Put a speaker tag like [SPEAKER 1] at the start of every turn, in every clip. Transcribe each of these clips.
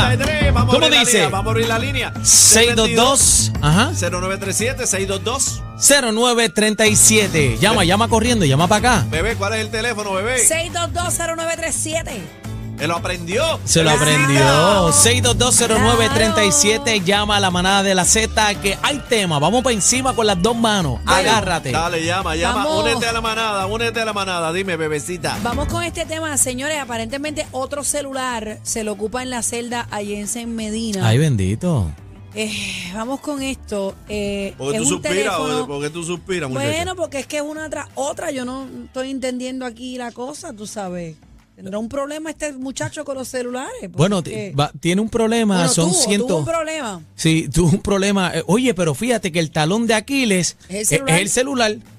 [SPEAKER 1] Vamos a
[SPEAKER 2] ¿Cómo
[SPEAKER 1] abrir la
[SPEAKER 2] dice?
[SPEAKER 1] línea, vamos a abrir la línea.
[SPEAKER 2] 622. Ajá.
[SPEAKER 1] 0937 622.
[SPEAKER 2] 0937. Llama, llama corriendo, llama para acá.
[SPEAKER 1] Bebé, ¿cuál es el teléfono, bebé?
[SPEAKER 3] 6220937.
[SPEAKER 1] Él lo aprendió.
[SPEAKER 2] Se lo
[SPEAKER 1] Bebecita.
[SPEAKER 2] aprendió. 6220937. Llama a la manada de la Z que hay tema. Vamos para encima con las dos manos.
[SPEAKER 1] Dale,
[SPEAKER 2] Agárrate.
[SPEAKER 1] Dale, llama, llama.
[SPEAKER 3] Vamos.
[SPEAKER 1] Únete a la manada, únete a la manada. Dime, bebecita.
[SPEAKER 3] Vamos con este tema, señores. Aparentemente otro celular se lo ocupa en la celda Allense en Medina.
[SPEAKER 2] Ay, bendito.
[SPEAKER 3] Eh, vamos con esto. Eh,
[SPEAKER 1] Porque
[SPEAKER 3] es
[SPEAKER 1] tú
[SPEAKER 3] un
[SPEAKER 1] suspiras,
[SPEAKER 3] teléfono-
[SPEAKER 1] o porque tú suspiras, muchacho.
[SPEAKER 3] Bueno, porque es que es una tras otra. Yo no estoy entendiendo aquí la cosa, tú sabes. Tendrá un problema este muchacho con los celulares.
[SPEAKER 2] Bueno,
[SPEAKER 3] porque-
[SPEAKER 2] t- va- tiene un problema,
[SPEAKER 3] Eh. Bueno,
[SPEAKER 2] son
[SPEAKER 3] tuvo- tuvo
[SPEAKER 2] cientos.
[SPEAKER 3] un problema.
[SPEAKER 2] Sí, tuvo un problema. Eh, Oye, pero fíjate que el talón de Aquiles
[SPEAKER 3] Es el
[SPEAKER 2] es es el,
[SPEAKER 3] celular.
[SPEAKER 2] celular.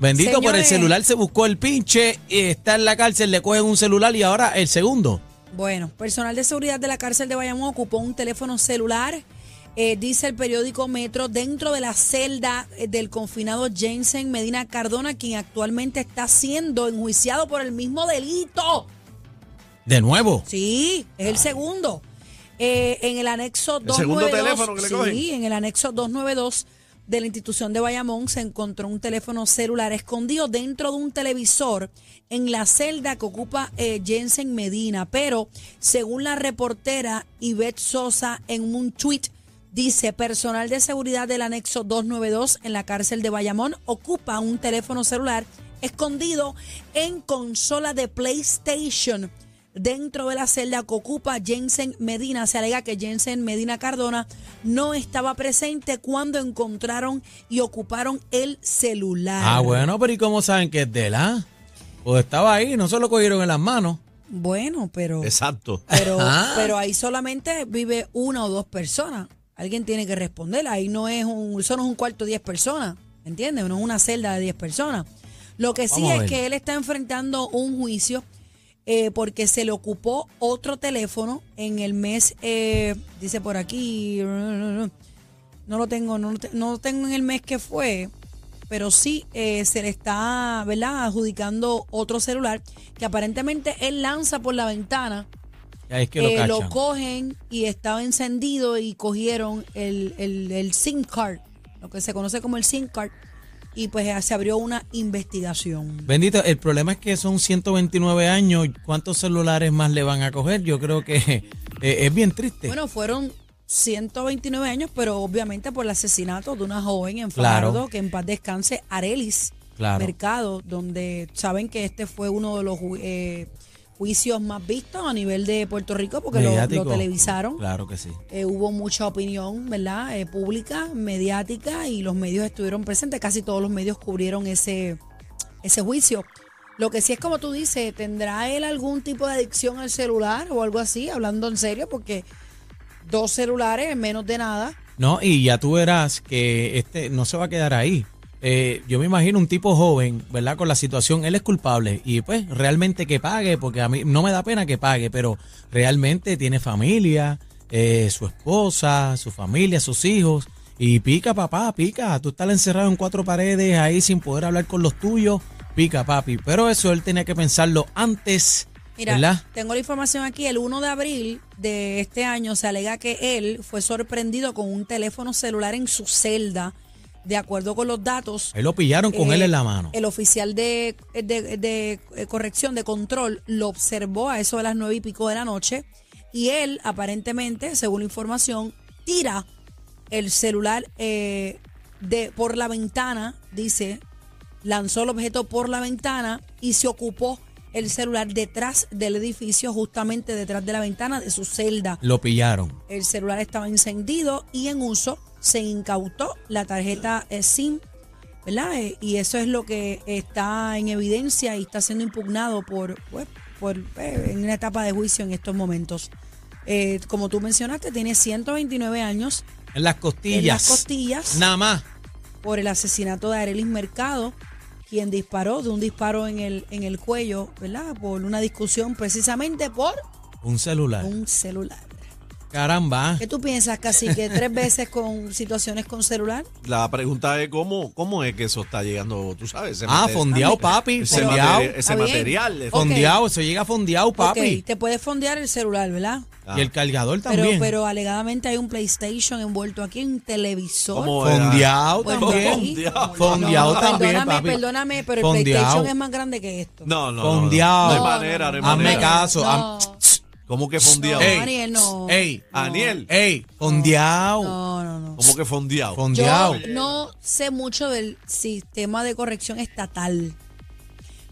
[SPEAKER 2] Bendito por el
[SPEAKER 3] Señores.
[SPEAKER 2] celular se buscó el pinche, eh, está en la cárcel, le cogen un celular y ahora el segundo.
[SPEAKER 3] Bueno, personal de seguridad de la cárcel de Bayamón ocupó un teléfono celular, eh, dice el periódico Metro, dentro de la celda eh, del confinado Jensen Medina Cardona, quien actualmente está siendo enjuiciado por el mismo delito.
[SPEAKER 2] De nuevo.
[SPEAKER 3] Sí, es el segundo. Eh, en el anexo
[SPEAKER 1] ¿El segundo
[SPEAKER 3] 292,
[SPEAKER 1] teléfono que le
[SPEAKER 3] sí,
[SPEAKER 1] cogen?
[SPEAKER 3] en el anexo 292 de la institución de Bayamón se encontró un teléfono celular escondido dentro de un televisor en la celda que ocupa eh, Jensen Medina, pero según la reportera Ivette Sosa en un tweet dice, personal de seguridad del anexo 292 en la cárcel de Bayamón ocupa un teléfono celular escondido en consola de PlayStation dentro de la celda que ocupa Jensen Medina. Se alega que Jensen Medina Cardona no estaba presente cuando encontraron y ocuparon el celular.
[SPEAKER 2] Ah, bueno, pero ¿y cómo saben que es de la? Pues estaba ahí, no se lo cogieron en las manos.
[SPEAKER 3] Bueno, pero,
[SPEAKER 1] Exacto.
[SPEAKER 3] pero,
[SPEAKER 2] Ah.
[SPEAKER 3] pero ahí solamente vive una o dos personas. Alguien tiene que responder. Ahí no es un, eso no es un cuarto de 10 personas. ¿Entiendes? No es una celda de 10 personas. Lo que sí
[SPEAKER 2] Vamos a
[SPEAKER 3] es
[SPEAKER 2] ver.
[SPEAKER 3] que él está enfrentando un juicio eh, porque se le ocupó otro teléfono en el mes, eh, dice por aquí, no lo tengo, no, lo te- no lo tengo en el mes que fue, pero sí eh, se le está, ¿verdad?, adjudicando otro celular que aparentemente él lanza por la ventana,
[SPEAKER 2] Ya es que lo
[SPEAKER 3] eh,
[SPEAKER 2] cachan.
[SPEAKER 3] lo cogen y estaba encendido y cogieron el, el, el SIM card, lo que se conoce como el SIM card, y pues eh, se abrió una investigación.
[SPEAKER 2] Bendito, el problema es que son 129 años. ¿Cuántos celulares más le van a coger? Yo creo que eh, es bien triste.
[SPEAKER 3] Bueno, fueron 129 años, pero obviamente por el asesinato de una joven en
[SPEAKER 2] Claro.
[SPEAKER 3] Fajardo, que en paz descanse, Arelis
[SPEAKER 2] Claro.
[SPEAKER 3] Mercado, donde saben que este fue uno de los ju- eh, juicios más vistos a nivel de Puerto Rico, porque lo- lo,
[SPEAKER 2] Mediático.
[SPEAKER 3] televisaron.
[SPEAKER 2] Claro que sí.
[SPEAKER 3] Eh, hubo mucha opinión, ¿verdad? Eh, pública, mediática, y los medios estuvieron presentes. Casi todos los medios cubrieron ese, ese juicio. Lo que sí es como tú dices, ¿tendrá él algún tipo de adicción al celular o algo así? Hablando en serio, porque dos celulares, menos de nada.
[SPEAKER 2] No, y ya tú verás que este no se va a quedar ahí. Eh, yo me imagino un tipo joven, ¿verdad? Con la situación, él es culpable y pues realmente que pague, porque a mí no me da pena que pague, pero realmente tiene familia, eh, su esposa, su familia, sus hijos. Y pica, papá, pica. Tú estás encerrado en cuatro paredes ahí sin poder hablar con los tuyos. Pica, papi. Pero eso él tenía que pensarlo antes,
[SPEAKER 3] Mira,
[SPEAKER 2] ¿verdad?
[SPEAKER 3] tengo la información aquí. El 1 de abril de este año se alega que él fue sorprendido con un teléfono celular en su celda, de acuerdo con los datos
[SPEAKER 2] Ahí lo pillaron con
[SPEAKER 3] Eh,
[SPEAKER 2] él en la mano.
[SPEAKER 3] El oficial de, de- de, eh, corrección, de control, lo observó a eso de las nueve y pico de la noche y él aparentemente, según la información, tira el celular eh, de, por la ventana, dice, lanzó el objeto por la ventana y se ocupó el celular detrás del edificio, justamente detrás de la ventana de su celda.
[SPEAKER 2] Lo pillaron.
[SPEAKER 3] El celular estaba encendido y en uso se incautó la tarjeta eh, SIM, ¿verdad? Eh, y eso es lo que está en evidencia y está siendo impugnado por, pues, por eh, en una etapa de juicio en estos momentos. Eh, como tú mencionaste, tiene 129 años
[SPEAKER 2] En
[SPEAKER 3] en
[SPEAKER 2] las
[SPEAKER 3] las
[SPEAKER 2] costillas.
[SPEAKER 3] costillas
[SPEAKER 2] Nada más.
[SPEAKER 3] por el asesinato de Arelis Mercado, quien disparó de un disparo en el, en el cuello, ¿verdad? Por una discusión precisamente por
[SPEAKER 2] Un celular.
[SPEAKER 3] un celular.
[SPEAKER 2] Caramba. ah,
[SPEAKER 3] ¿Qué tú piensas, casi que tres veces con situaciones con celular?
[SPEAKER 1] La pregunta es cómo, cómo es que eso está llegando, tú sabes. ese
[SPEAKER 2] Ah,
[SPEAKER 1] material.
[SPEAKER 2] fondeado, papi.
[SPEAKER 1] Ese,
[SPEAKER 2] Fondeado.
[SPEAKER 1] material, ese
[SPEAKER 3] Está bien.
[SPEAKER 1] material.
[SPEAKER 3] Ok.
[SPEAKER 2] Fondeado, eso llega fondeado, papi.
[SPEAKER 3] Ok, te puedes fondear el celular, ¿verdad?
[SPEAKER 2] Y el cargador
[SPEAKER 3] Pero,
[SPEAKER 2] también.
[SPEAKER 3] pero alegadamente hay un PlayStation envuelto aquí, un televisor.
[SPEAKER 1] ¿Cómo
[SPEAKER 2] fondeado
[SPEAKER 3] envuelto
[SPEAKER 2] también.
[SPEAKER 3] aquí.
[SPEAKER 1] Fondeado.
[SPEAKER 2] Fondeado
[SPEAKER 3] No,
[SPEAKER 2] también,
[SPEAKER 3] Perdóname,
[SPEAKER 2] papi.
[SPEAKER 3] perdóname, pero el
[SPEAKER 2] Fondeado.
[SPEAKER 3] PlayStation es más grande que esto.
[SPEAKER 1] No, no.
[SPEAKER 2] Fondeado.
[SPEAKER 1] No, no.
[SPEAKER 2] No,
[SPEAKER 1] no hay manera, no hay
[SPEAKER 3] no,
[SPEAKER 2] Hazme
[SPEAKER 1] manera.
[SPEAKER 2] caso.
[SPEAKER 3] No.
[SPEAKER 2] am-
[SPEAKER 1] ¿Cómo que fondeado?
[SPEAKER 2] Ey.
[SPEAKER 3] Daniel, no.
[SPEAKER 2] Ey,
[SPEAKER 1] Aniel,
[SPEAKER 2] ey, fondeado.
[SPEAKER 3] No, no, no.
[SPEAKER 1] ¿cómo que fondeado?
[SPEAKER 2] Fondeado.
[SPEAKER 3] Yo no sé mucho del sistema de corrección estatal,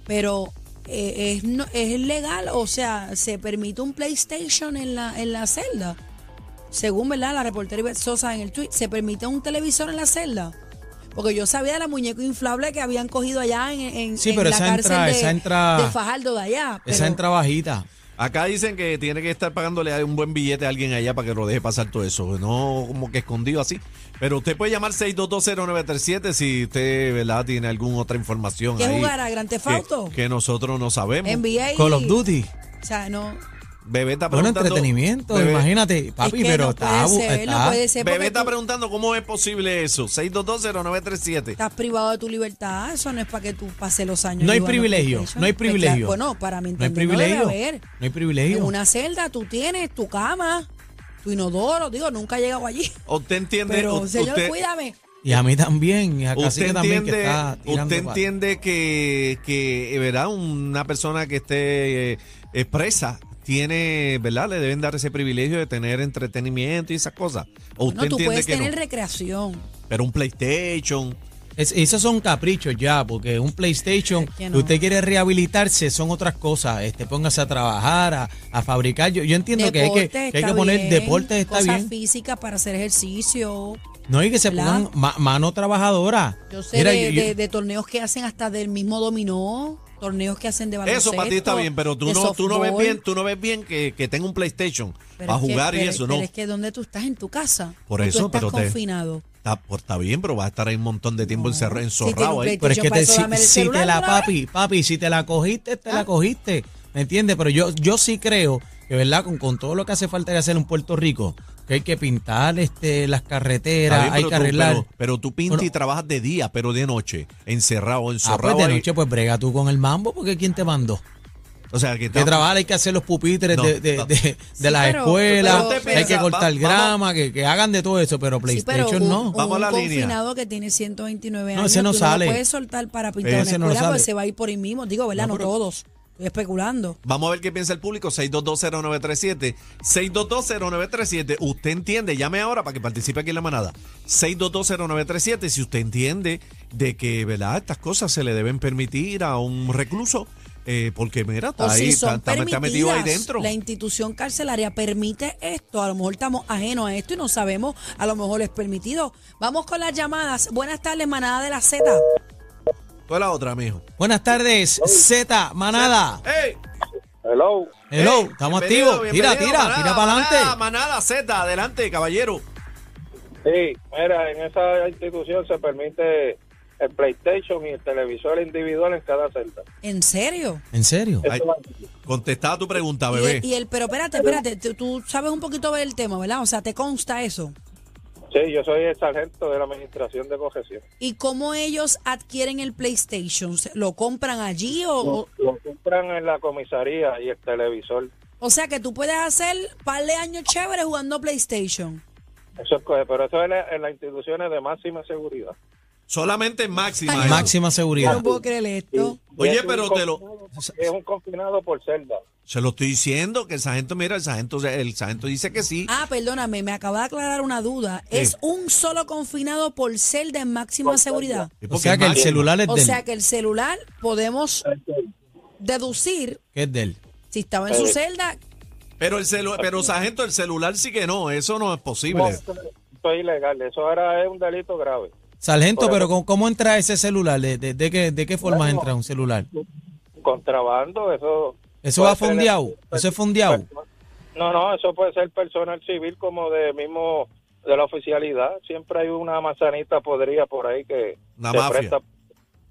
[SPEAKER 3] pero eh, es, no- es legal, o sea, se permite un PlayStation en la, en la celda. Según ¿verdad? la reportera Ivette Sosa en el tweet, se permite un televisor en la celda. Porque yo sabía de la muñeca inflable que habían cogido allá en, en-
[SPEAKER 2] Sí,
[SPEAKER 3] en
[SPEAKER 2] pero
[SPEAKER 3] la
[SPEAKER 2] esa
[SPEAKER 3] cárcel
[SPEAKER 2] entra-
[SPEAKER 3] de,
[SPEAKER 2] esa entra-
[SPEAKER 3] de Fajardo de allá.
[SPEAKER 2] Esa
[SPEAKER 3] pero-
[SPEAKER 2] entra bajita.
[SPEAKER 1] Acá dicen que tiene que estar pagándole un buen billete a alguien allá para que lo deje pasar todo eso. No como que escondido así. Pero usted puede llamar 6220937 si usted ¿verdad? tiene alguna otra información.
[SPEAKER 3] ¿Qué
[SPEAKER 1] ahí
[SPEAKER 3] jugará? ¿Gran Theft
[SPEAKER 1] que-
[SPEAKER 3] Auto?
[SPEAKER 1] Que, nosotros no sabemos.
[SPEAKER 3] NBA.
[SPEAKER 2] Call of Duty.
[SPEAKER 3] O sea, no.
[SPEAKER 1] Bebé está
[SPEAKER 2] Bueno,
[SPEAKER 1] preguntando.
[SPEAKER 2] entretenimiento,
[SPEAKER 1] Bebé-
[SPEAKER 2] imagínate, papi,
[SPEAKER 3] es que
[SPEAKER 2] pero
[SPEAKER 3] no
[SPEAKER 2] está,
[SPEAKER 3] puede
[SPEAKER 2] abu-
[SPEAKER 3] ser,
[SPEAKER 2] está-
[SPEAKER 3] no puede ser.
[SPEAKER 1] Bebé
[SPEAKER 3] porque
[SPEAKER 1] está
[SPEAKER 3] tú-
[SPEAKER 1] preguntando cómo es posible eso. 6220937.
[SPEAKER 3] Estás privado de tu libertad, eso no es para que tú pases los años.
[SPEAKER 2] No hay
[SPEAKER 3] jugando
[SPEAKER 2] privilegio,
[SPEAKER 3] PlayStation.
[SPEAKER 2] no hay
[SPEAKER 3] Pues,
[SPEAKER 2] privilegio.
[SPEAKER 3] claro, bueno, para mí
[SPEAKER 2] no hay
[SPEAKER 3] No
[SPEAKER 2] privilegio.
[SPEAKER 3] debe haber.
[SPEAKER 2] No hay
[SPEAKER 3] En
[SPEAKER 2] privilegio.
[SPEAKER 3] una celda tú tienes tu cama, tu inodoro, digo, nunca he llegado allí.
[SPEAKER 1] Usted entiende.
[SPEAKER 3] Pero,
[SPEAKER 1] u-
[SPEAKER 3] señor,
[SPEAKER 1] usted-
[SPEAKER 3] cuídame.
[SPEAKER 2] Y a mí también, y a
[SPEAKER 1] Usted
[SPEAKER 2] Cacique también
[SPEAKER 1] entiende,
[SPEAKER 2] que está tirando
[SPEAKER 1] usted
[SPEAKER 2] pa-
[SPEAKER 1] entiende que, que, eh, ¿verdad? Una persona que esté eh, eh, presa tiene, ¿verdad? Le deben dar ese privilegio de tener entretenimiento y esas cosas. O usted
[SPEAKER 3] No, tú
[SPEAKER 1] entiende
[SPEAKER 3] puedes
[SPEAKER 1] que no.
[SPEAKER 3] tener recreación.
[SPEAKER 1] Pero un PlayStation.
[SPEAKER 2] Es- esos son caprichos ya, porque un PlayStation,
[SPEAKER 3] Es que
[SPEAKER 2] si
[SPEAKER 3] no.
[SPEAKER 2] usted quiere rehabilitarse, son otras cosas. Este, póngase a trabajar, a, a fabricar. Yo, yo entiendo que hay que, que hay que
[SPEAKER 3] está
[SPEAKER 2] poner
[SPEAKER 3] bien,
[SPEAKER 2] deportes, está
[SPEAKER 3] cosas
[SPEAKER 2] bien.
[SPEAKER 3] físicas para hacer ejercicio.
[SPEAKER 2] No, y que se
[SPEAKER 3] ¿verdad?
[SPEAKER 2] pongan ma- mano trabajadora.
[SPEAKER 3] Yo sé
[SPEAKER 2] Mira,
[SPEAKER 3] de,
[SPEAKER 2] yo-
[SPEAKER 3] de- de torneos que hacen hasta del mismo dominó, torneos que hacen de baloncesto.
[SPEAKER 1] Eso para ti está bien, pero tú
[SPEAKER 3] de
[SPEAKER 1] no, tú no ves
[SPEAKER 3] softball.
[SPEAKER 1] bien, tú no ves bien que, que tenga un PlayStation
[SPEAKER 3] Pero
[SPEAKER 1] para
[SPEAKER 3] es que-
[SPEAKER 1] jugar y
[SPEAKER 3] pero-
[SPEAKER 1] eso,
[SPEAKER 3] pero
[SPEAKER 1] ¿no?
[SPEAKER 3] es que donde tú estás en tu casa.
[SPEAKER 1] Por
[SPEAKER 3] o
[SPEAKER 1] eso,
[SPEAKER 3] tú estás
[SPEAKER 1] pero te-
[SPEAKER 3] confinado.
[SPEAKER 1] Está, pues, está bien, pero va a estar ahí un montón de tiempo
[SPEAKER 3] No.
[SPEAKER 1] encerra-
[SPEAKER 3] Si
[SPEAKER 1] encerrado
[SPEAKER 3] tiene
[SPEAKER 1] ahí. pues.
[SPEAKER 3] un
[SPEAKER 2] Pero es que
[SPEAKER 3] Para
[SPEAKER 2] te-
[SPEAKER 3] eso
[SPEAKER 2] si,
[SPEAKER 3] dame el
[SPEAKER 2] si te
[SPEAKER 3] celular,
[SPEAKER 2] la,
[SPEAKER 3] dame la-
[SPEAKER 2] papi, papi, si te la cogiste, te
[SPEAKER 3] Ah.
[SPEAKER 2] la cogiste. ¿Me entiendes? Pero yo, yo sí creo que, ¿verdad? Con, con todo lo que hace falta de hacer en Puerto Rico, que hay que pintar este, las
[SPEAKER 1] Está
[SPEAKER 2] carreteras,
[SPEAKER 1] bien,
[SPEAKER 2] hay
[SPEAKER 1] pero
[SPEAKER 2] que
[SPEAKER 1] tú-
[SPEAKER 2] arreglar.
[SPEAKER 1] Pero, pero tú pintas y
[SPEAKER 2] Bueno.
[SPEAKER 1] trabajas de día, pero de noche, encerrado,
[SPEAKER 2] ah,
[SPEAKER 1] encerrado
[SPEAKER 2] pues de
[SPEAKER 1] ahí.
[SPEAKER 2] noche, pues brega tú con el mambo, porque ¿quién te mandó?
[SPEAKER 1] O sea, que
[SPEAKER 2] Que
[SPEAKER 1] está-
[SPEAKER 2] trabajar hay que hacer los pupitres
[SPEAKER 1] No,
[SPEAKER 2] de, de-
[SPEAKER 1] no.
[SPEAKER 2] de- de las
[SPEAKER 3] pero-
[SPEAKER 2] escuelas,
[SPEAKER 3] pero-
[SPEAKER 2] hay
[SPEAKER 3] pero-
[SPEAKER 2] que cortar
[SPEAKER 1] va-
[SPEAKER 2] grama, que, que hagan de todo eso, pero
[SPEAKER 3] Sí, pero
[SPEAKER 2] PlayStation
[SPEAKER 3] un,
[SPEAKER 2] no.
[SPEAKER 3] un
[SPEAKER 1] Vamos a la línea.
[SPEAKER 3] confinado que tiene 129
[SPEAKER 2] No,
[SPEAKER 3] años,
[SPEAKER 2] ese no
[SPEAKER 3] tú
[SPEAKER 2] sale.
[SPEAKER 3] no lo puedes soltar para pintar
[SPEAKER 2] Ese
[SPEAKER 3] una
[SPEAKER 2] no lo
[SPEAKER 3] escuela, pues
[SPEAKER 2] sale.
[SPEAKER 3] se va a ir por ahí mismo. Digo, ¿verdad? No, todos. Estoy especulando.
[SPEAKER 1] Vamos a ver qué piensa el público. 6220937. 6220937. Usted entiende, llame ahora para que participe aquí en la manada. 6220937. Si usted entiende de que, ¿verdad? Estas cosas se le deben permitir a un recluso. eh, porque, mira,
[SPEAKER 3] O
[SPEAKER 1] está, ahí,
[SPEAKER 3] si
[SPEAKER 1] está,
[SPEAKER 3] son
[SPEAKER 1] está- está metido ahí
[SPEAKER 3] permitidas,
[SPEAKER 1] dentro.
[SPEAKER 3] la institución carcelaria permite esto. A lo mejor estamos ajenos a esto y no sabemos. A lo mejor es permitido. Vamos con las llamadas. Buenas tardes, manada de la Z.
[SPEAKER 1] ¿Cuál es la otra, mijo?
[SPEAKER 2] Buenas tardes, Z, manada.
[SPEAKER 1] ¡Ey!
[SPEAKER 4] Hello.
[SPEAKER 2] Hello,
[SPEAKER 1] ¡Ey!
[SPEAKER 2] estamos
[SPEAKER 1] Bienvenido,
[SPEAKER 2] activos. Tira,
[SPEAKER 1] bienvenido,
[SPEAKER 2] tira,
[SPEAKER 1] manada,
[SPEAKER 2] tira para
[SPEAKER 1] Manada,
[SPEAKER 2] adelante.
[SPEAKER 1] manada Z, adelante, caballero.
[SPEAKER 4] Sí, mira, en esa institución se permite el PlayStation y el televisor individual en cada celda.
[SPEAKER 3] ¿En serio?
[SPEAKER 2] ¿En serio?
[SPEAKER 1] Ay, contestaba tu pregunta,
[SPEAKER 3] Y-
[SPEAKER 1] Ah, bebé.
[SPEAKER 3] Y, el, pero espérate, espérate, tú, tú sabes un poquito del tema, ¿verdad? O sea, te consta eso.
[SPEAKER 4] Sí, yo soy el sargento de la Administración de Corrección.
[SPEAKER 3] ¿Y cómo ellos adquieren el PlayStation? ¿Se- ¿Lo compran allí? O, o,
[SPEAKER 4] Lo compran en la comisaría y el televisor.
[SPEAKER 3] o sea, que tú puedes hacer par de años chéveres jugando PlayStation.
[SPEAKER 4] Eso es, co- pero eso es en la- en las instituciones de máxima seguridad.
[SPEAKER 1] Solamente en máxima. ¿eh?
[SPEAKER 3] Ay,
[SPEAKER 1] eso.
[SPEAKER 2] Máxima
[SPEAKER 3] Yo
[SPEAKER 2] seguridad.
[SPEAKER 3] no puedo creer esto.
[SPEAKER 4] Y
[SPEAKER 1] Oye,
[SPEAKER 4] es un
[SPEAKER 1] pero te lo-
[SPEAKER 4] confinado- Es un confinado por celda.
[SPEAKER 1] Se lo estoy diciendo que el sargento, mira, el sargento, el sargento dice que sí.
[SPEAKER 3] Ah, perdóname, me acaba de aclarar una duda. ¿Es un solo confinado por celda en máxima seguridad?
[SPEAKER 1] Es
[SPEAKER 2] O
[SPEAKER 1] porque
[SPEAKER 2] sea
[SPEAKER 1] es
[SPEAKER 2] que el
[SPEAKER 1] máxima.
[SPEAKER 2] celular es
[SPEAKER 3] O
[SPEAKER 2] de él.
[SPEAKER 3] sea, que el celular podemos deducir
[SPEAKER 2] que es de él.
[SPEAKER 3] si estaba en su celda.
[SPEAKER 1] Pero el celu pero sargento, el celular sí que no, eso no es
[SPEAKER 4] No,
[SPEAKER 1] posible.
[SPEAKER 4] eso eso es ilegal. Eso ahora es un delito grave.
[SPEAKER 2] Sargento,
[SPEAKER 4] Por
[SPEAKER 2] pero
[SPEAKER 4] eso.
[SPEAKER 2] ¿cómo, cómo entra ese celular? ¿De, de- de qué, de qué forma entra un celular?
[SPEAKER 4] Contrabando, eso.
[SPEAKER 2] ¿Eso
[SPEAKER 4] puede
[SPEAKER 2] va
[SPEAKER 4] ser-
[SPEAKER 2] fondeado? ¿Eso es fondeado?
[SPEAKER 4] No, no, eso puede ser personal civil como de mismo de la oficialidad. Siempre hay una manzanita podrida por ahí que
[SPEAKER 1] Una
[SPEAKER 4] se
[SPEAKER 1] mafia.
[SPEAKER 4] presta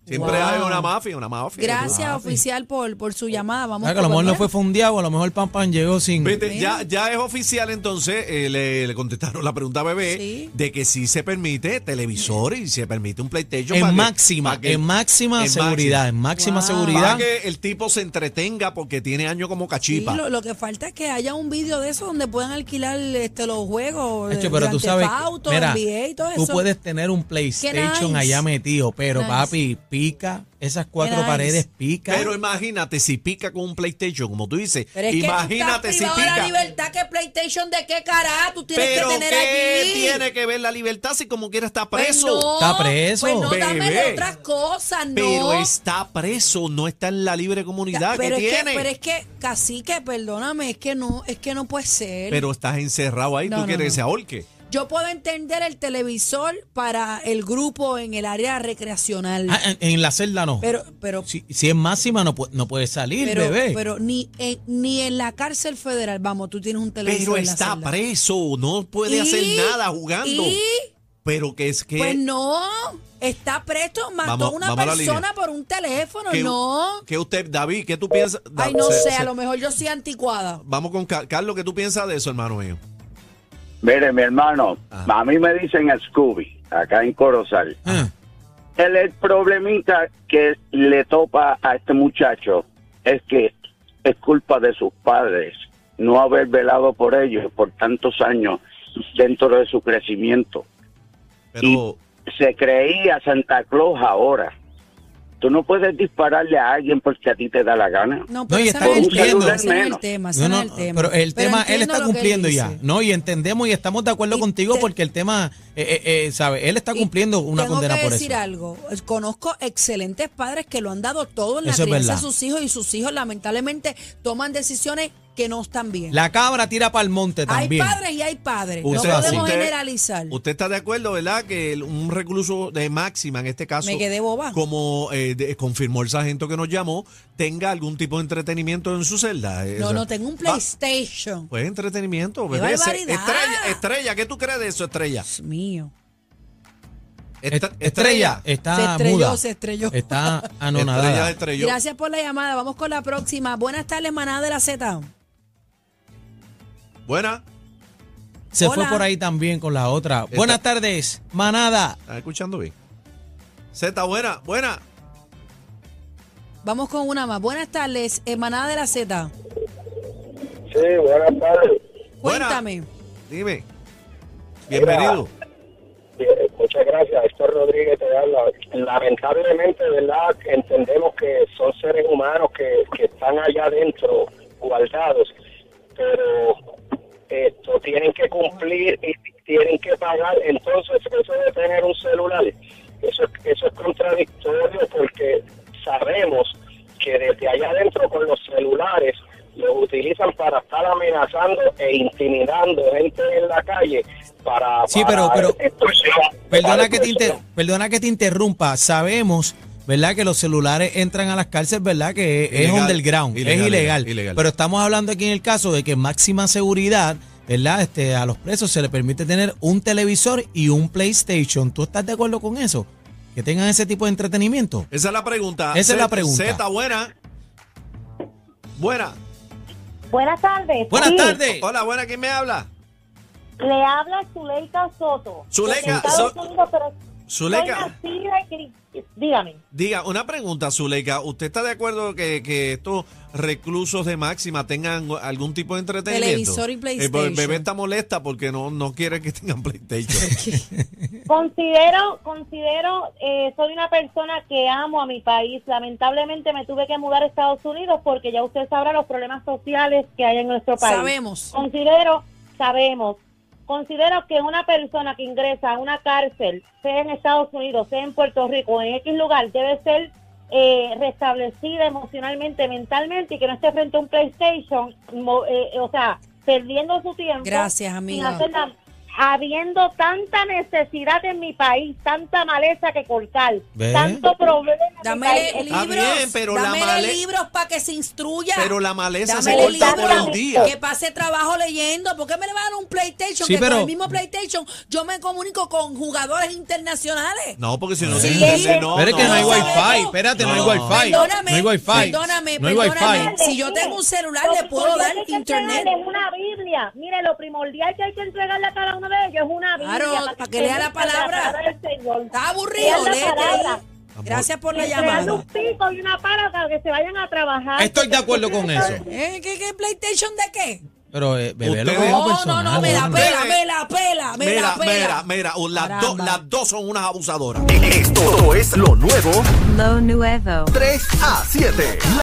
[SPEAKER 1] Siempre
[SPEAKER 3] Wow.
[SPEAKER 1] hay una mafia, una mafia.
[SPEAKER 3] Gracias,
[SPEAKER 1] Ah,
[SPEAKER 3] oficial, por, por su llamada. Vamos
[SPEAKER 2] Ah, que a
[SPEAKER 3] por
[SPEAKER 2] lo mejor no
[SPEAKER 3] cualquiera.
[SPEAKER 2] fue fundeado, a lo mejor Pan Pan llegó sin.
[SPEAKER 1] Viste,
[SPEAKER 3] Mira.
[SPEAKER 1] ya, ya es oficial entonces, eh, le, le contestaron la pregunta a Bebé
[SPEAKER 3] Sí.
[SPEAKER 1] de que sí se permite televisor y se permite un PlayStation. para
[SPEAKER 2] En
[SPEAKER 1] que-
[SPEAKER 2] máxima,
[SPEAKER 1] para que-
[SPEAKER 2] en máxima
[SPEAKER 1] en
[SPEAKER 2] seguridad, en máxima
[SPEAKER 3] Wow.
[SPEAKER 1] Para
[SPEAKER 2] seguridad.
[SPEAKER 1] que el tipo se entretenga porque tiene años como
[SPEAKER 3] Sí,
[SPEAKER 1] cachipa.
[SPEAKER 3] lo, lo que falta es que haya un vídeo de eso donde puedan alquilar este, los juegos.
[SPEAKER 2] Hecho,
[SPEAKER 3] de
[SPEAKER 2] pero tú
[SPEAKER 3] Grand Theft
[SPEAKER 2] sabes,
[SPEAKER 3] Auto,
[SPEAKER 2] mira,
[SPEAKER 3] NBA y todo
[SPEAKER 2] tú
[SPEAKER 3] eso.
[SPEAKER 2] puedes tener un PlayStation
[SPEAKER 3] nice.
[SPEAKER 2] allá metido, pero
[SPEAKER 3] Nice.
[SPEAKER 2] papi, pica, esas cuatro
[SPEAKER 3] nice.
[SPEAKER 2] paredes pica.
[SPEAKER 1] Pero imagínate si pica con un PlayStation, como tú dices.
[SPEAKER 3] Pero es
[SPEAKER 1] imagínate
[SPEAKER 3] que tú
[SPEAKER 1] si
[SPEAKER 3] estás privado de la
[SPEAKER 1] pica.
[SPEAKER 3] libertad que PlayStation de qué carajo tú tienes
[SPEAKER 1] Pero
[SPEAKER 3] que tener
[SPEAKER 1] ¿qué
[SPEAKER 3] allí.
[SPEAKER 1] tiene que ver la libertad si como quiera está
[SPEAKER 3] Pues
[SPEAKER 1] preso?
[SPEAKER 3] no,
[SPEAKER 2] Está preso.
[SPEAKER 3] Pues no, dame de
[SPEAKER 1] Bebé.
[SPEAKER 3] otras cosas, no.
[SPEAKER 1] Pero está preso, no está en la libre comunidad.
[SPEAKER 3] pero,
[SPEAKER 1] que
[SPEAKER 3] es
[SPEAKER 1] tiene?
[SPEAKER 3] Que, pero es que, cacique, perdóname, es que no, es que no puede ser.
[SPEAKER 1] Pero estás encerrado ahí,
[SPEAKER 3] No,
[SPEAKER 1] tú
[SPEAKER 3] no,
[SPEAKER 1] quieres que
[SPEAKER 3] no.
[SPEAKER 1] se ahorque.
[SPEAKER 3] Yo puedo entender el televisor para el grupo en el área recreacional.
[SPEAKER 2] Ah, en, en la celda no.
[SPEAKER 3] pero, pero,
[SPEAKER 2] si, si es máxima no, pu- no puede salir,
[SPEAKER 3] pero,
[SPEAKER 2] bebé.
[SPEAKER 3] pero ni, en, ni en la cárcel federal, vamos, tú tienes un televisor.
[SPEAKER 1] Pero
[SPEAKER 3] en la
[SPEAKER 1] está
[SPEAKER 3] celda.
[SPEAKER 1] preso, no puede hacer
[SPEAKER 3] Y-
[SPEAKER 1] nada jugando.
[SPEAKER 3] Y,
[SPEAKER 1] Pero que es que,
[SPEAKER 3] pues no, está preso, mató
[SPEAKER 1] Vamos-
[SPEAKER 3] a una
[SPEAKER 1] vamos a la
[SPEAKER 3] persona
[SPEAKER 1] línea.
[SPEAKER 3] por un teléfono,
[SPEAKER 1] que-
[SPEAKER 3] no.
[SPEAKER 1] que usted, David, ¿qué tú piensas? Da-
[SPEAKER 3] Ay, no
[SPEAKER 1] se-
[SPEAKER 3] sé,
[SPEAKER 1] se-
[SPEAKER 3] a lo mejor yo soy anticuada.
[SPEAKER 1] Vamos con Ca- Carlos, ¿qué tú piensas de eso, hermano mío?
[SPEAKER 5] Mire, mi hermano,
[SPEAKER 1] Ajá.
[SPEAKER 5] a mí me dicen Scooby, acá en Corozal.
[SPEAKER 2] Ah,
[SPEAKER 5] El, el problemita que le topa a este muchacho es que es culpa de sus padres no haber velado por ellos por tantos años dentro de su crecimiento.
[SPEAKER 1] Pero
[SPEAKER 5] Se creía Santa Claus ahora. Tú no puedes dispararle a alguien porque a ti te da la gana.
[SPEAKER 3] No, pero
[SPEAKER 2] y
[SPEAKER 3] ese
[SPEAKER 2] está
[SPEAKER 3] no es el
[SPEAKER 5] cumpliendo.
[SPEAKER 3] tema, ese no es el
[SPEAKER 5] Menos.
[SPEAKER 3] tema, ese
[SPEAKER 2] no,
[SPEAKER 3] no
[SPEAKER 2] no,
[SPEAKER 3] es el tema.
[SPEAKER 2] pero el tema, él
[SPEAKER 3] entiendo
[SPEAKER 2] está
[SPEAKER 3] lo que
[SPEAKER 2] cumpliendo
[SPEAKER 3] él
[SPEAKER 2] ya.
[SPEAKER 3] dice.
[SPEAKER 2] No, y entendemos y estamos de acuerdo
[SPEAKER 3] Y
[SPEAKER 2] contigo
[SPEAKER 3] te-
[SPEAKER 2] porque el tema, eh, eh, eh, sabe, él está
[SPEAKER 3] Y
[SPEAKER 2] cumpliendo una
[SPEAKER 3] tengo
[SPEAKER 2] condena
[SPEAKER 3] que
[SPEAKER 2] por
[SPEAKER 3] decir
[SPEAKER 2] eso.
[SPEAKER 3] algo. Conozco excelentes padres que lo han dado todo en la
[SPEAKER 2] Eso es
[SPEAKER 3] crianza de
[SPEAKER 2] verdad.
[SPEAKER 3] sus hijos y sus hijos lamentablemente toman decisiones que no están bien.
[SPEAKER 2] La cabra tira para el monte
[SPEAKER 3] hay
[SPEAKER 2] también.
[SPEAKER 3] padres y hay padres.
[SPEAKER 1] Usted-
[SPEAKER 3] no podemos
[SPEAKER 1] usted-
[SPEAKER 3] generalizar.
[SPEAKER 1] usted está de acuerdo, ¿verdad? Que el- un recluso de máxima, en este caso,
[SPEAKER 3] Me quedé boba.
[SPEAKER 1] como eh, de- confirmó el sargento que nos llamó, tenga algún tipo de entretenimiento en su celda. Eh, o
[SPEAKER 3] no,
[SPEAKER 1] sea,
[SPEAKER 3] no, tengo un
[SPEAKER 1] va-
[SPEAKER 3] PlayStation.
[SPEAKER 1] Pues entretenimiento, bebé. Se-
[SPEAKER 3] barbaridad!
[SPEAKER 1] Estrella, estrella, ¿qué tú crees de eso, estrella?
[SPEAKER 3] Dios mío.
[SPEAKER 1] Estre-
[SPEAKER 2] Est- Estrella
[SPEAKER 3] se
[SPEAKER 2] está
[SPEAKER 3] estrelló,
[SPEAKER 2] muda.
[SPEAKER 3] se estrelló.
[SPEAKER 2] Está
[SPEAKER 1] Estrella se
[SPEAKER 2] anonadada.
[SPEAKER 1] estrelló.
[SPEAKER 3] Gracias por la llamada. Vamos con la próxima. Buenas tardes, manada de la Z.
[SPEAKER 1] Buena.
[SPEAKER 2] Se fue
[SPEAKER 3] Hola.
[SPEAKER 2] por ahí también con la otra.
[SPEAKER 1] Está-
[SPEAKER 2] Buenas tardes, manada.
[SPEAKER 1] ¿Estás escuchando bien? Z, buena, buena.
[SPEAKER 3] Vamos con una más. Buenas tardes, eh, manada de la Z.
[SPEAKER 4] Sí, buenas tardes.
[SPEAKER 1] Buena.
[SPEAKER 3] Cuéntame.
[SPEAKER 1] Dime. Bienvenido.
[SPEAKER 4] Eh, Muchas gracias, Héctor Rodríguez te habla. Lamentablemente, ¿verdad? Entendemos que son seres humanos que, que están allá adentro, guardados, pero esto tienen que cumplir y tienen que pagar. Entonces, eso de tener un celular, eso, es- eso es contradictorio porque sabemos que desde allá adentro con los celulares los utilizan para estar amenazando e intimidando gente en la calle para...
[SPEAKER 2] Sí, pero-
[SPEAKER 4] para
[SPEAKER 2] pero-
[SPEAKER 4] extorsionar.
[SPEAKER 2] Perdona
[SPEAKER 4] Para
[SPEAKER 2] que, te inter-
[SPEAKER 4] extorsionar.
[SPEAKER 2] perdona que te interrumpa. Sabemos, ¿verdad? Que los celulares entran a las cárceles, ¿verdad? Que es- es
[SPEAKER 1] Ilegal,
[SPEAKER 2] underground,
[SPEAKER 1] ilegal,
[SPEAKER 2] es ilegal.
[SPEAKER 1] ilegal.
[SPEAKER 2] Pero estamos hablando aquí en el caso de que máxima seguridad, ¿verdad? Este, a los presos se les permite tener un televisor y un PlayStation. ¿Tú estás de acuerdo con eso? Que tengan ese tipo de entretenimiento.
[SPEAKER 1] Esa es la pregunta.
[SPEAKER 2] Esa es
[SPEAKER 1] Z-
[SPEAKER 2] la pregunta.
[SPEAKER 1] Z, buena. Buena.
[SPEAKER 6] Buenas tardes.
[SPEAKER 2] Buenas
[SPEAKER 6] Sí,
[SPEAKER 2] tardes.
[SPEAKER 1] Hola, buena, ¿quién me habla?
[SPEAKER 6] Le habla Zuleika Soto.
[SPEAKER 1] Zuleika,
[SPEAKER 6] De Estados
[SPEAKER 1] so-
[SPEAKER 6] Unidos, pero soy
[SPEAKER 1] Zuleika,
[SPEAKER 6] nacida y cri- Dígame.
[SPEAKER 1] diga, una pregunta, Zuleika. ¿Usted está de acuerdo que, que estos reclusos de máxima tengan algún tipo de entretenimiento?
[SPEAKER 3] Televisor y
[SPEAKER 1] Eh, pues,
[SPEAKER 3] PlayStation.
[SPEAKER 1] El bebé está molesta porque no, no quiere que tengan PlayStation.
[SPEAKER 6] Considero, considero, eh, soy una persona que amo a mi país. Lamentablemente me tuve que mudar a Estados Unidos porque ya usted sabrá los problemas sociales que hay en nuestro país.
[SPEAKER 3] Sabemos.
[SPEAKER 6] Considero, sabemos, considero que una persona que ingresa a una cárcel, sea en Estados Unidos, sea en Puerto Rico, en X lugar, debe ser eh, restablecida emocionalmente, mentalmente y que no esté frente a un PlayStation, mo- eh, o sea, perdiendo su tiempo.
[SPEAKER 3] Gracias,
[SPEAKER 6] sin
[SPEAKER 3] amiga.
[SPEAKER 6] hacer nada. habiendo tanta necesidad en mi país, tanta maleza que cortar,
[SPEAKER 2] ¿Ve?
[SPEAKER 6] tanto problema. en mi país.
[SPEAKER 3] Dame
[SPEAKER 6] Es-
[SPEAKER 1] Está
[SPEAKER 3] libros,
[SPEAKER 1] bien, pero la
[SPEAKER 3] dámele
[SPEAKER 1] male-
[SPEAKER 3] libros para que se instruya.
[SPEAKER 1] Pero la maleza se
[SPEAKER 3] Dámele
[SPEAKER 1] corta por
[SPEAKER 3] libros,
[SPEAKER 1] el día.
[SPEAKER 3] que pase trabajo leyendo. ¿Por qué me le van a dar un PlayStation?
[SPEAKER 2] Sí,
[SPEAKER 3] que
[SPEAKER 2] pero-
[SPEAKER 3] con el mismo PlayStation yo me comunico con jugadores internacionales.
[SPEAKER 1] No, porque si no
[SPEAKER 3] Sí,
[SPEAKER 1] se
[SPEAKER 6] sí.
[SPEAKER 1] entiende, no.
[SPEAKER 2] Pero es que no hay
[SPEAKER 3] no,
[SPEAKER 2] wifi,
[SPEAKER 3] no.
[SPEAKER 2] espérate, no,
[SPEAKER 1] No.
[SPEAKER 2] hay wifi.
[SPEAKER 3] Perdóname,
[SPEAKER 2] no hay wifi.
[SPEAKER 3] perdóname,
[SPEAKER 2] no hay
[SPEAKER 3] perdóname.
[SPEAKER 2] wifi.
[SPEAKER 3] Si yo tengo un celular, le
[SPEAKER 6] Lo
[SPEAKER 3] puedo
[SPEAKER 6] primordial
[SPEAKER 3] dar
[SPEAKER 6] que hay que
[SPEAKER 3] internet.
[SPEAKER 6] entregarle Es una Biblia. Mire, lo primordial que hay que entregarle a cada uno de ellos es una Biblia.
[SPEAKER 3] Claro, para que lea la palabra.
[SPEAKER 6] del Señor.
[SPEAKER 3] Está
[SPEAKER 6] Lea
[SPEAKER 3] aburrido,
[SPEAKER 6] la
[SPEAKER 3] léete ahí.
[SPEAKER 6] palabra.
[SPEAKER 3] Gracias por la
[SPEAKER 6] Entregarle
[SPEAKER 3] llamada.
[SPEAKER 6] un pico y una pala para que se vayan a trabajar.
[SPEAKER 2] Estoy de acuerdo con eso.
[SPEAKER 3] ¿Eh? ¿Qué, qué PlayStation de qué?
[SPEAKER 2] Pero eh, bebé lo
[SPEAKER 1] Ustedes-
[SPEAKER 2] cogió
[SPEAKER 1] Tema
[SPEAKER 3] No,
[SPEAKER 2] personal.
[SPEAKER 3] no, no, me la
[SPEAKER 2] hombre.
[SPEAKER 3] pela, me la pela, me
[SPEAKER 1] Mira,
[SPEAKER 3] la
[SPEAKER 1] mira,
[SPEAKER 3] pela.
[SPEAKER 1] mira, uh, las, do-
[SPEAKER 3] Caramba.
[SPEAKER 1] las dos son unas abusadoras.
[SPEAKER 7] Esto es lo nuevo
[SPEAKER 8] Lo nuevo.
[SPEAKER 7] 3 a 7.